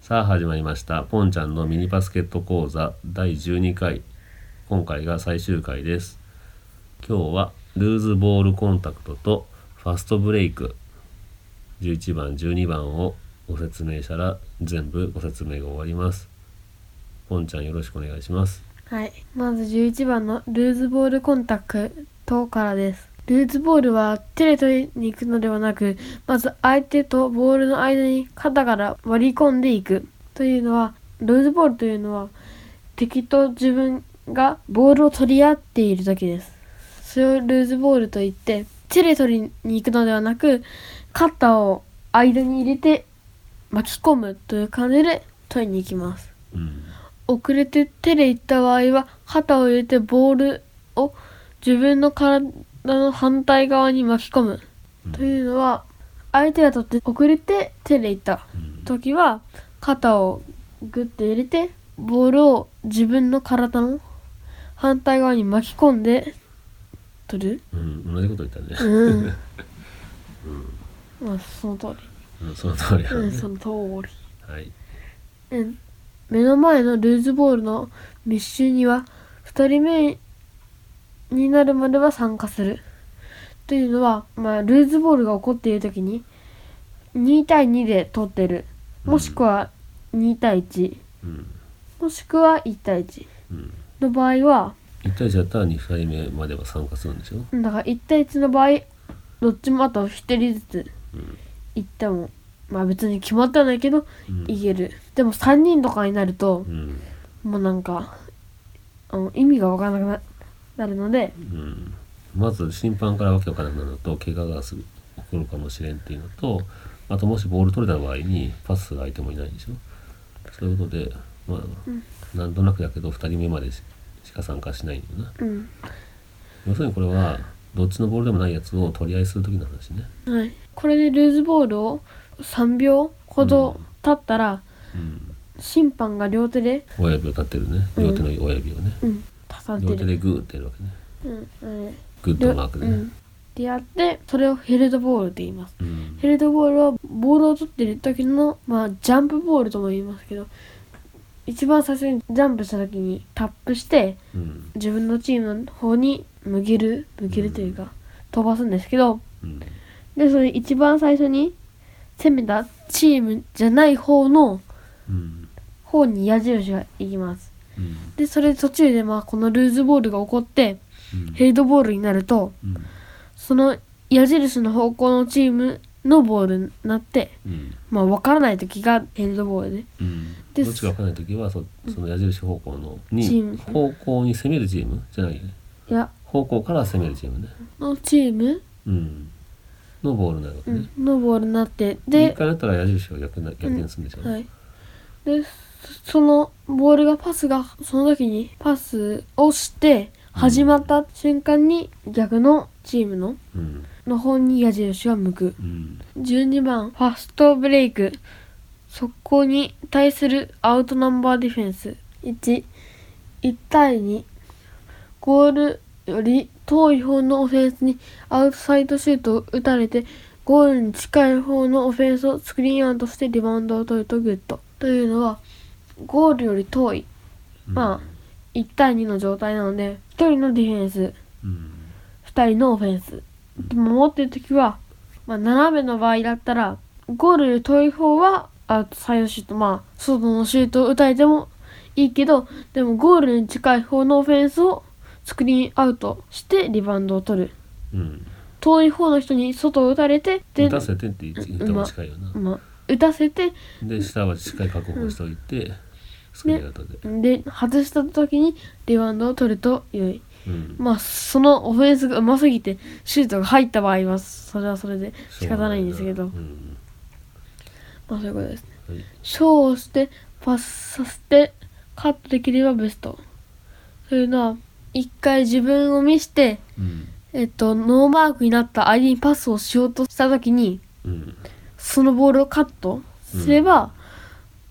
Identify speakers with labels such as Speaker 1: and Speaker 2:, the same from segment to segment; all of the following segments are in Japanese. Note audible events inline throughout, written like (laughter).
Speaker 1: さあ始まりましたポンちゃんのミニバスケット講座第12回今回が最終回です今日はルーズボールコンタクトとファストブレイク11番12番をご説明したら全部ご説明が終わりますポンちゃんよろしくお願いします
Speaker 2: はい、まず11番のルーズボールコンタクトからです。ルーズボールは手で取りに行くのではなく、まず相手とボールの間に肩から割り込んでいく。というのは、ルーズボールというのは敵と自分がボールを取り合っている時です。それをルーズボールと言って、手で取りに行くのではなく、肩を間に入れて巻き込むという感じで取りに行きます。
Speaker 1: うん
Speaker 2: 遅れて手で行った場合は肩を入れてボールを自分の体の反対側に巻き込む
Speaker 1: うん
Speaker 2: というのは相手が取って遅れて手で行った
Speaker 1: うん
Speaker 2: 時は肩をグッと入れてボールを自分の体の反対側に巻き込んで取る、
Speaker 1: うん、同じこと言ったね、 (laughs)
Speaker 2: うん、まあその通
Speaker 1: うん、その通りだ
Speaker 2: り、うん、
Speaker 1: ね
Speaker 2: その通り
Speaker 1: はい
Speaker 2: うん目の前のルーズボールの密集には2人目になるまでは参加するというのは、まあ、ルーズボールが起こっている時に2対2で取ってるもしくは2対1
Speaker 1: うん
Speaker 2: もしくは1対1
Speaker 1: うん
Speaker 2: の場合は
Speaker 1: 1対1だったら2人目までは参加するんでしょ
Speaker 2: だから1対1の場合どっちもあと1人ずつ
Speaker 1: うん
Speaker 2: いってもまあ別に決まってはないけど
Speaker 1: うん
Speaker 2: いけるでも3人とかになると
Speaker 1: うん
Speaker 2: もうなんかあの意味が分からなくななるので
Speaker 1: うんまず審判からわけわからなくなるのと怪我がする起こるかもしれんっていうのとあともしボール取れた場合にパスする相手もいないでしょそういうことでまあ、なんとなくやけど2人目までししか参加しないんだよな
Speaker 2: うん
Speaker 1: 要するにこれはどっちのボールでもないやつを取り合いする時の話ね
Speaker 2: はいこれでルーズボールを3秒ほど経ったら
Speaker 1: うん
Speaker 2: 審判が両手で、
Speaker 1: 親指を立てるね両手の親指をね、
Speaker 2: うん、叩い
Speaker 1: 両
Speaker 2: て
Speaker 1: 手
Speaker 2: る
Speaker 1: でグーってやるわけね
Speaker 2: うんうん
Speaker 1: グッドマークで
Speaker 2: う
Speaker 1: ね
Speaker 2: ん、でやってそれをヘルドボールって言います
Speaker 1: うん
Speaker 2: ヘルドボールはボールを取ってる時の、まあ、ジャンプボールとも言いますけど一番最初にジャンプした時にタップして
Speaker 1: うん
Speaker 2: 自分のチームの方に向ける向けるというか飛ばすんですけど
Speaker 1: うん
Speaker 2: でそれ一番最初に攻めたチームじゃない方の
Speaker 1: うん
Speaker 2: 方に矢印が行きます
Speaker 1: うん
Speaker 2: でそれ途中でまあこのルーズボールが起こって
Speaker 1: うん
Speaker 2: ヘイドボールになると
Speaker 1: うん
Speaker 2: その矢印の方向のチームのボールになって
Speaker 1: うん
Speaker 2: まあ分からない時がヘイドボールでで
Speaker 1: どっちか分からない時はそその矢印方向の
Speaker 2: チー
Speaker 1: に
Speaker 2: ム
Speaker 1: 方向に攻めるチームじゃないよね
Speaker 2: いや
Speaker 1: 方向から攻めるチームね、
Speaker 2: のチーム、
Speaker 1: うん、のボールになるわけ
Speaker 2: う
Speaker 1: ね
Speaker 2: ん、、のボールになって
Speaker 1: で一
Speaker 2: で、
Speaker 1: 回だったら矢印が逆な逆転するんでしょ、う
Speaker 2: はい、でそのボールがパスがその時にパスをして始まった瞬間に逆のチームの
Speaker 1: うん
Speaker 2: の方に矢印が向く
Speaker 1: うん
Speaker 2: 12番ファストブレイク速攻に対するアウトナンバーディフェンス11対2ゴールより遠い方のオフェンスにアウトサイドシュートを打たれてゴールに近い方のオフェンスをスクリーンアウトしてリバウンドを取るとグッドというのはゴールより遠いまあ1対2の状態なので1人のディフェンス
Speaker 1: うん
Speaker 2: 2人のオフェンス守ってる時は、まあ、斜めの場合だったらゴールより遠い方はアウトサイドシュートまあ外のシュートを打たれてもいいけどでもゴールに近い方のオフェンスをスクリーンアウトしてリバウンドを取る
Speaker 1: うん
Speaker 2: 遠い方の人に外を打たれて
Speaker 1: 打たせてって言った方が近いよな、
Speaker 2: まあ、打たせて
Speaker 1: で下はしっかり確保しておいて、スクリーンアウトで、
Speaker 2: で外した時にリバウンドを取ると良い
Speaker 1: うん、
Speaker 2: まあそのオフェンスがうますぎてシュートが入った場合はそれはそれで仕方ないんですけど
Speaker 1: うん
Speaker 2: まあそういうことですね
Speaker 1: はい
Speaker 2: ショーをしてパスさせてカットできればベストというのは一回自分を見して
Speaker 1: うん
Speaker 2: えっとノーマークになった相手にパスをしようとした時に
Speaker 1: うん
Speaker 2: そのボールをカットすれば、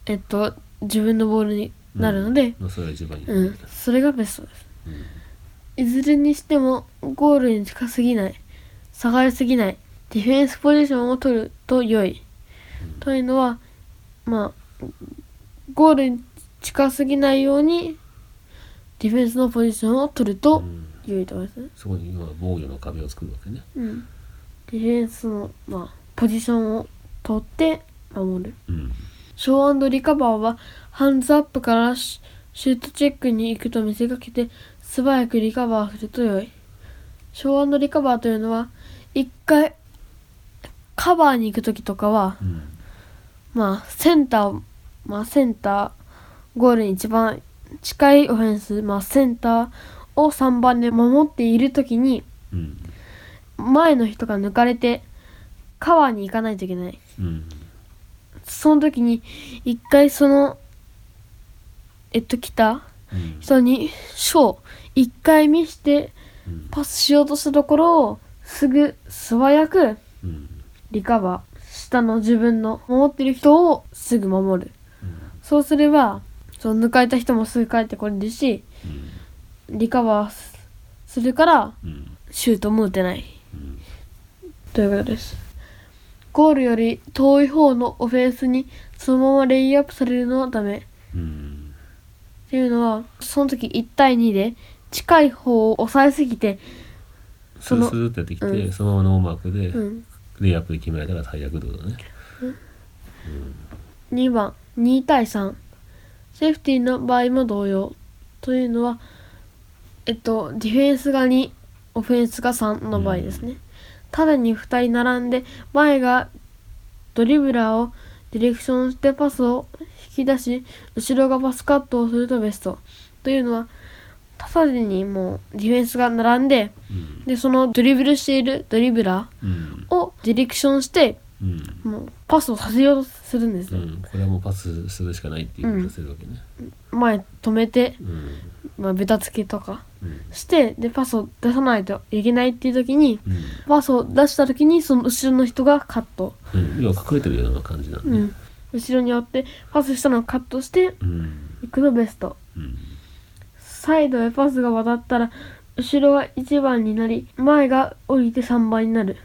Speaker 2: えっと自分のボールになるので、
Speaker 1: まあ、それが一番いい、
Speaker 2: うんそれがベストですいずれにしてもゴールに近すぎない下がりすぎないディフェンスポジションを取ると良いというのはまあゴールに近すぎないようにディフェンスのポジションを取ると
Speaker 1: うん
Speaker 2: 良いと思いますね。
Speaker 1: そこに要は防御の壁を作るわけね。
Speaker 2: うん、ディフェンスの、まあ、ポジションを取って守る。
Speaker 1: うん。
Speaker 2: ショーリカバーはハンズアップからシシュートチェックに行くと見せかけて素早くリカバーすると良い。ショーリカバーというのは一回カバーに行く時とかは
Speaker 1: うん。
Speaker 2: まあセンター、まあ、センターゴールに一番近いオフェンス、まあ、センターを3番で守っている時に
Speaker 1: うん。
Speaker 2: 前の人が抜かれてカバーに行かないといけない。
Speaker 1: うん。
Speaker 2: その時に一回そのえっと来た
Speaker 1: うん。
Speaker 2: 人にショー一回見して
Speaker 1: うん
Speaker 2: パスしようとしたところをすぐ素早く
Speaker 1: うん。
Speaker 2: リカバー下の自分の守ってる人をすぐ守るそうすればその抜かれた人もすぐ帰ってこれるし
Speaker 1: うん。
Speaker 2: リカバーすするから
Speaker 1: うん。
Speaker 2: シュートも打てない
Speaker 1: うん。
Speaker 2: ということですゴールより遠い方のオフェンスにそのままレイアップされるのはダメ
Speaker 1: うん。
Speaker 2: っていうのはその時1対2で近い方を抑えすぎて
Speaker 1: ス
Speaker 2: そ
Speaker 1: ル
Speaker 2: の
Speaker 1: スルってやってきて、
Speaker 2: うん
Speaker 1: そのままノーマークで、
Speaker 2: うん
Speaker 1: レイアップで決められたら最悪ってことだね。
Speaker 2: 2番2対3セーフティーの場合も同様というのはえっとディフェンスが2オフェンスが3の場合ですね、ただに2人並んで前がドリブラーをディレクションしてパスを引き出し後ろがパスカットをするとベストというのはただにもうディフェンスが並んで
Speaker 1: うん。
Speaker 2: でそのドリブルしているドリブラ
Speaker 1: うん。
Speaker 2: ーをディレクションして
Speaker 1: うん。
Speaker 2: もうパスをさせようとするんです
Speaker 1: う
Speaker 2: よ、
Speaker 1: ん、これはもうパスするしかないっていうことをするわけね。
Speaker 2: 前止めて、
Speaker 1: うん。
Speaker 2: まあ、ベタつきとか
Speaker 1: うん。
Speaker 2: してでパスを出さないといけないっていう時に
Speaker 1: うん。
Speaker 2: パスを出した時にその後ろの人がカット、
Speaker 1: うん。要は隠れてるような感じなんで。
Speaker 2: う
Speaker 1: うん。
Speaker 2: ん、後ろに寄ってパスしたのをカットして
Speaker 1: うん。
Speaker 2: いくのベスト
Speaker 1: うん。
Speaker 2: サイドへパスが渡ったら後ろが1番になり前が降りて3番になる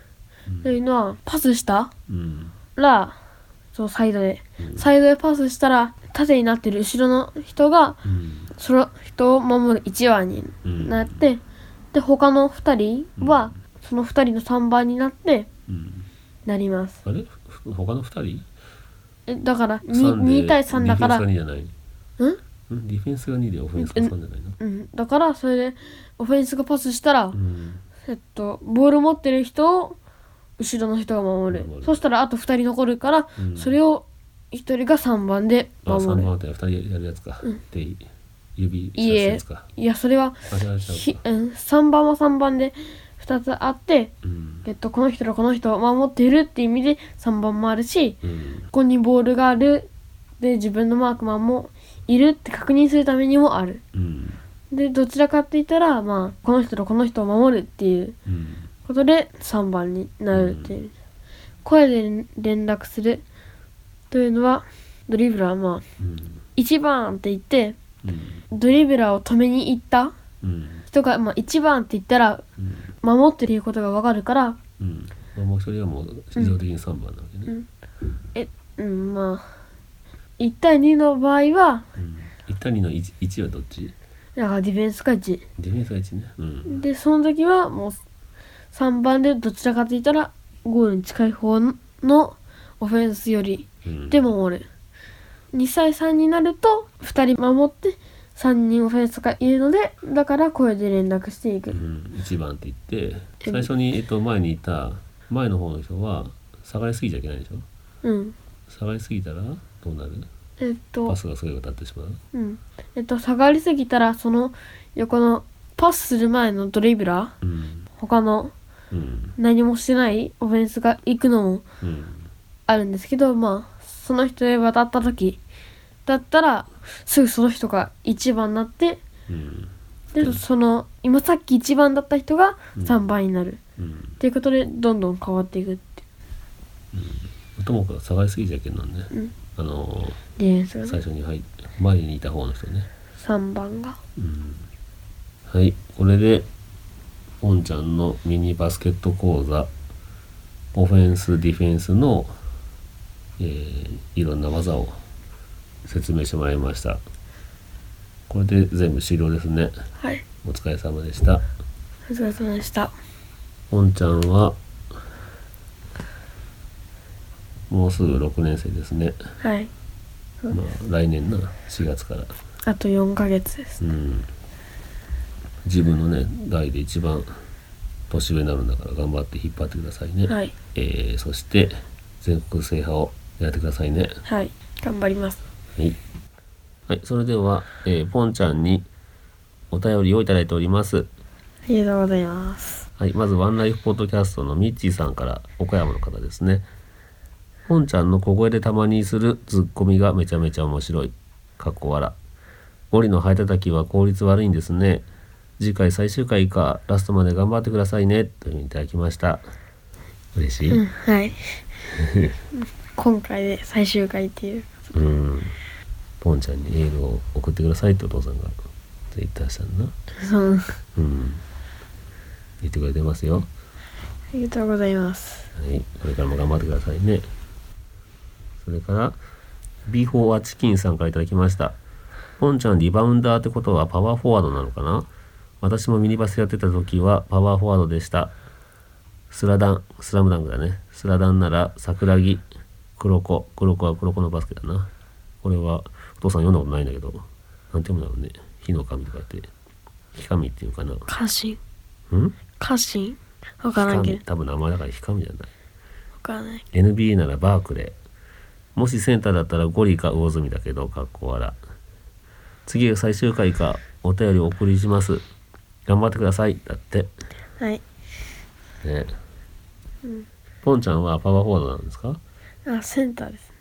Speaker 2: というのはパスした
Speaker 1: うん。
Speaker 2: らそうサイドで
Speaker 1: うん
Speaker 2: サイドへパスしたら縦になってる後ろの人が
Speaker 1: うん。
Speaker 2: その人を守る1番に
Speaker 1: うん
Speaker 2: なって、で他の2人はその2人の3番になって
Speaker 1: うん。
Speaker 2: なります
Speaker 1: あれふ他の二人
Speaker 2: えだから 2,
Speaker 1: 三で
Speaker 2: 2対3だから
Speaker 1: ディフェンスが2じゃない
Speaker 2: うん
Speaker 1: うんディフェンスが2でオフェンスが3じゃないの
Speaker 2: うん、だからそれでオフェンスがパスしたら、
Speaker 1: うん
Speaker 2: えっと、ボール持ってる人を後ろの人が守る
Speaker 1: 守る
Speaker 2: そしたらあと2人残るから、
Speaker 1: うん
Speaker 2: それを1人が3番で
Speaker 1: あ
Speaker 2: 守
Speaker 1: 3
Speaker 2: る
Speaker 1: 番って2人やるやつかで指
Speaker 2: いい
Speaker 1: 指す
Speaker 2: え
Speaker 1: やつか
Speaker 2: いやそれは
Speaker 1: あれあれちゃ
Speaker 2: ひ
Speaker 1: うか
Speaker 2: うん、3番は3番で2つあって、
Speaker 1: うん
Speaker 2: えっと、この人とこの人を守っているっていう意味で3番もあるし
Speaker 1: うん
Speaker 2: ここにボールがあるで自分のマークマンもいるって確認するためにもある
Speaker 1: うん
Speaker 2: でどちらかって言ったら、まあ、この人とこの人を守るっていう
Speaker 1: うん
Speaker 2: ことで3番になるっていう、声で連絡するというのはドリブラーはまあ
Speaker 1: うん
Speaker 2: 1番って言って
Speaker 1: うん
Speaker 2: ドリブラーを止めに行った
Speaker 1: うん
Speaker 2: 人が、まあ、1番って言ったら
Speaker 1: うん
Speaker 2: 守ってることが分かるから
Speaker 1: うんまあもう一人はもう自動的に3番なわけね
Speaker 2: えうんまあ1対2の場合は
Speaker 1: うん1対2の 1, 1はどっち
Speaker 2: だからディフェンスが1。
Speaker 1: ディフェンスが1ねうん
Speaker 2: でその時はもう3番でどちらかといったらゴールに近い方のオフェンスより
Speaker 1: うん
Speaker 2: で守る2対3になると2人守って3人オフェンスがいるのでだから声で連絡していうく
Speaker 1: ん、1番って言って最初に、えっと、前にいた前の方の人は下がりすぎちゃいけないでしょ
Speaker 2: うん
Speaker 1: 下がりすぎたらどうなる
Speaker 2: えっと
Speaker 1: パスがすごい当たってしまう
Speaker 2: うんえっと下がりすぎたらその横のパスする前のドリブラ
Speaker 1: う
Speaker 2: ー
Speaker 1: ん
Speaker 2: 他の
Speaker 1: うん
Speaker 2: 何もしてないオフェンスが行くのも
Speaker 1: うん
Speaker 2: あるんですけどまあその人へ渡った時だったらすぐその人が1番になって
Speaker 1: うん
Speaker 2: でその今さっき1番だった人が
Speaker 1: うん
Speaker 2: 3番になる、
Speaker 1: うん
Speaker 2: っていうことでどんどん変わっていくって
Speaker 1: ともかく下がりすぎちゃいけんのね、
Speaker 2: うん
Speaker 1: あのー
Speaker 2: ディフェンスが
Speaker 1: 最
Speaker 2: ね
Speaker 1: 初に入っ前にいた方の人ね
Speaker 2: 3番が
Speaker 1: うんはいこれでポンちゃんのミニバスケット講座オフェンスディフェンスの、えーいろんな技を説明してもらいましたこれで全部終了ですね
Speaker 2: はい
Speaker 1: お疲れ様でした
Speaker 2: お疲れ様でした
Speaker 1: ポンちゃんはもうすぐ6年生ですね
Speaker 2: はいそう
Speaker 1: まあ来年な4月から
Speaker 2: あと4ヶ月です
Speaker 1: うん自分のね代で一番年上になるんだから頑張って引っ張ってくださいね、
Speaker 2: はい
Speaker 1: えーそして全国制覇をやってくださいね
Speaker 2: はい頑張ります
Speaker 1: はい、はい、それでは、えー、ポンちゃんにお便りをいただいております
Speaker 2: ありがとうございます
Speaker 1: はい、まずワンライフポッドキャストのミッチーさんから岡山の方ですね。本ちゃんの小声でたまにするツッコミがめちゃめちゃ面白い。かっこ笑。ゴリのハイたたきは効率悪いんですね。次回最終回かラストまで頑張ってくださいねというふうにいただきました。嬉しい。
Speaker 2: うん
Speaker 1: う。
Speaker 2: はい (laughs) 今回で最終回っていうん
Speaker 1: ポンちゃんにエールを送ってくださいってお父さんがツイッターしたんだな。
Speaker 2: そのあ
Speaker 1: うん。言ってくれてますよ。
Speaker 2: りがとうございます
Speaker 1: はい、これからも頑張ってくださいね。それから、ビフォーはチキンさんからいただきました。ポンちゃんリバウンダーってことはパワーフォワードなのかな私もミニバスやってた時はパワーフォワードでした。スラダン、スラムダンクだね。スラダンなら桜木、黒子、黒子は黒子のバスケだな。これはお父さん読んだことないんだけど、なんて読むんだろうね。火の神とかって、火神っていうかな。
Speaker 2: 家臣
Speaker 1: ん
Speaker 2: 家臣わ
Speaker 1: 火
Speaker 2: からんけ
Speaker 1: 神
Speaker 2: ど
Speaker 1: 多分名前だから火神じゃない。
Speaker 2: わからない
Speaker 1: NBA ならバークレーもしセンターだったらゴリか魚住だけどかっこ笑次が最終回かお便りお送りします頑張ってくださいだって
Speaker 2: はい
Speaker 1: ねポンちゃんはパワーフォワードなんですか
Speaker 2: あセンターですね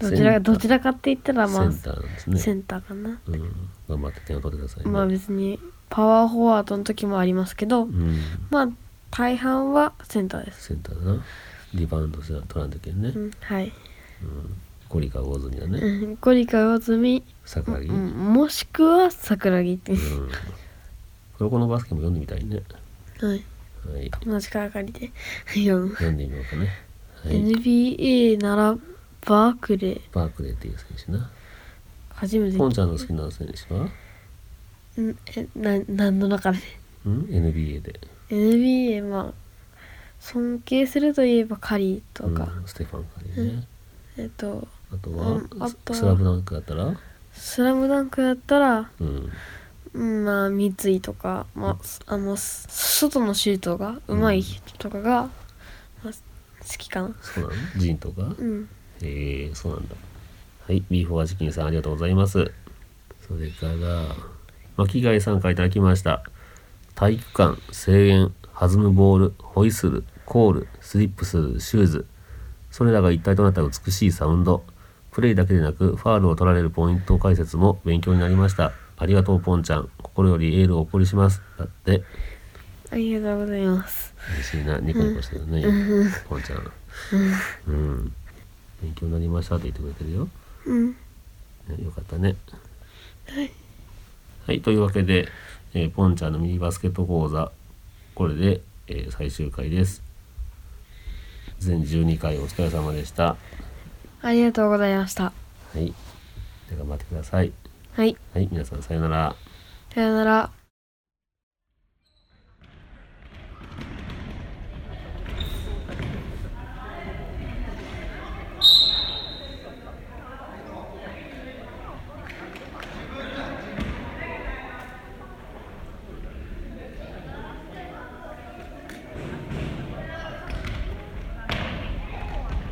Speaker 2: どちら
Speaker 1: セ
Speaker 2: か
Speaker 1: ンター
Speaker 2: どちらかって言ったらまあ
Speaker 1: センターなんです
Speaker 2: セ
Speaker 1: ね、
Speaker 2: ンターかな
Speaker 1: うん、頑張って点を取ってくださいね、
Speaker 2: まあ別にパワーフォワードの時もありますけど
Speaker 1: うん、
Speaker 2: まあ大半はセンターです
Speaker 1: センターだなリバウンド取らんといけんね、
Speaker 2: うんはい
Speaker 1: ゴリか魚住だね、
Speaker 2: うんゴリか魚住
Speaker 1: 桜木、
Speaker 2: う
Speaker 1: うん、
Speaker 2: んもしくは桜木っていう
Speaker 1: 黒子のバスケも読んでみたいね
Speaker 2: はい
Speaker 1: はい
Speaker 2: 同じかあかりで読む
Speaker 1: 読んでみようかねはい、
Speaker 2: NBA ならバークレー
Speaker 1: バークレーっていう選手な
Speaker 2: 初めて
Speaker 1: ポンちゃんの好きな選手は、
Speaker 2: うんえな何の中で
Speaker 1: うん ?NBA で。
Speaker 2: NBA まあ尊敬するといえばカリーとか、
Speaker 1: うんステファンカリーね。
Speaker 2: えっと
Speaker 1: あとは、
Speaker 2: うんあとは
Speaker 1: スラブダンクだったら、
Speaker 2: 「スラムダンクだったら
Speaker 1: うん、
Speaker 2: うんまあ三井とか、まあす、あのす外のシュートが上手い人とかが、まあ、好きかな
Speaker 1: そうなのジンとか。
Speaker 2: うん
Speaker 1: えー、そうなんだ。はい、ビーフォアチキンさんありがとうございます。それから、巻貝さんからいただきました。体育館、声援、弾むボール、ホイッスル、コール、スリップする、シューズ。それらが一体となった美しいサウンド。プレイだけでなく、ファールを取られるポイント解説も勉強になりました。ありがとう、ポンちゃん。心よりエールをお送りします。だって、
Speaker 2: ありがとうございます
Speaker 1: 嬉しいな、ニコニコしてるね、ポンちゃん。うん。勉強になりましたって言ってくれてるよ。
Speaker 2: うん
Speaker 1: ねよかったね。はい。というわけで、えーポンちゃんのミニバスケット講座、これで、えー最終回です。全12回お疲れ様でした。は
Speaker 2: ありがとうございました
Speaker 1: い。で頑張ってください。
Speaker 2: はい
Speaker 1: はい。皆さん、さようなら。
Speaker 2: さよなら
Speaker 3: 「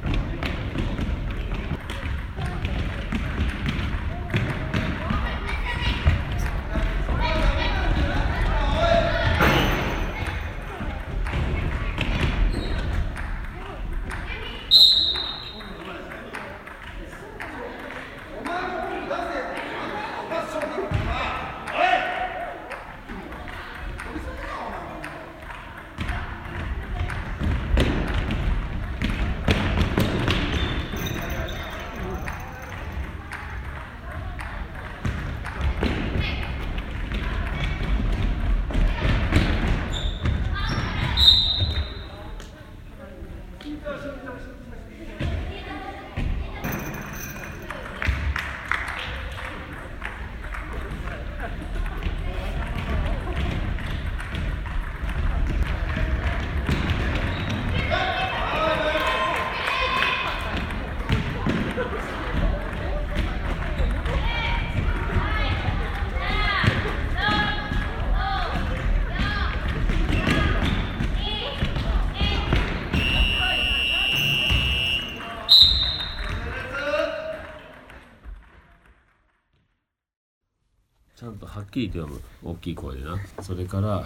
Speaker 1: ちゃんとはっきりと読む大きい声でなそれから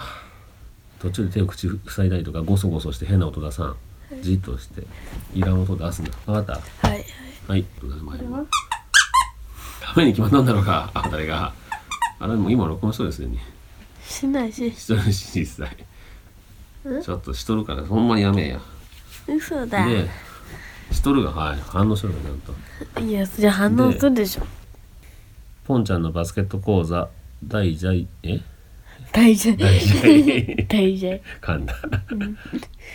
Speaker 1: 途中で手を口塞いだりとかゴソゴソして変な音出さんじっとしていらん音出すな分かっ
Speaker 2: はい
Speaker 1: たはいお前
Speaker 2: これ
Speaker 1: も
Speaker 2: は
Speaker 1: ダメに決まったんだろうかあ誰があれもう今録音しとるですよね
Speaker 2: しないし
Speaker 1: しとるし実際
Speaker 2: ん
Speaker 1: ちょっとしとるからほんまにやめえや
Speaker 2: 嘘だ
Speaker 1: でしとるがはい反応しとるがちゃんと
Speaker 2: いやそりゃ反応するでしょ
Speaker 1: ポンちゃんのバスケット講座第じゃいえ
Speaker 2: 大事
Speaker 1: 第じゃい
Speaker 2: (laughs) 大事
Speaker 1: 噛んだ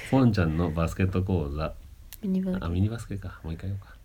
Speaker 1: ポンちゃんのバスケット講座
Speaker 2: ミニバ
Speaker 1: あミニバスケかもう一回やろうか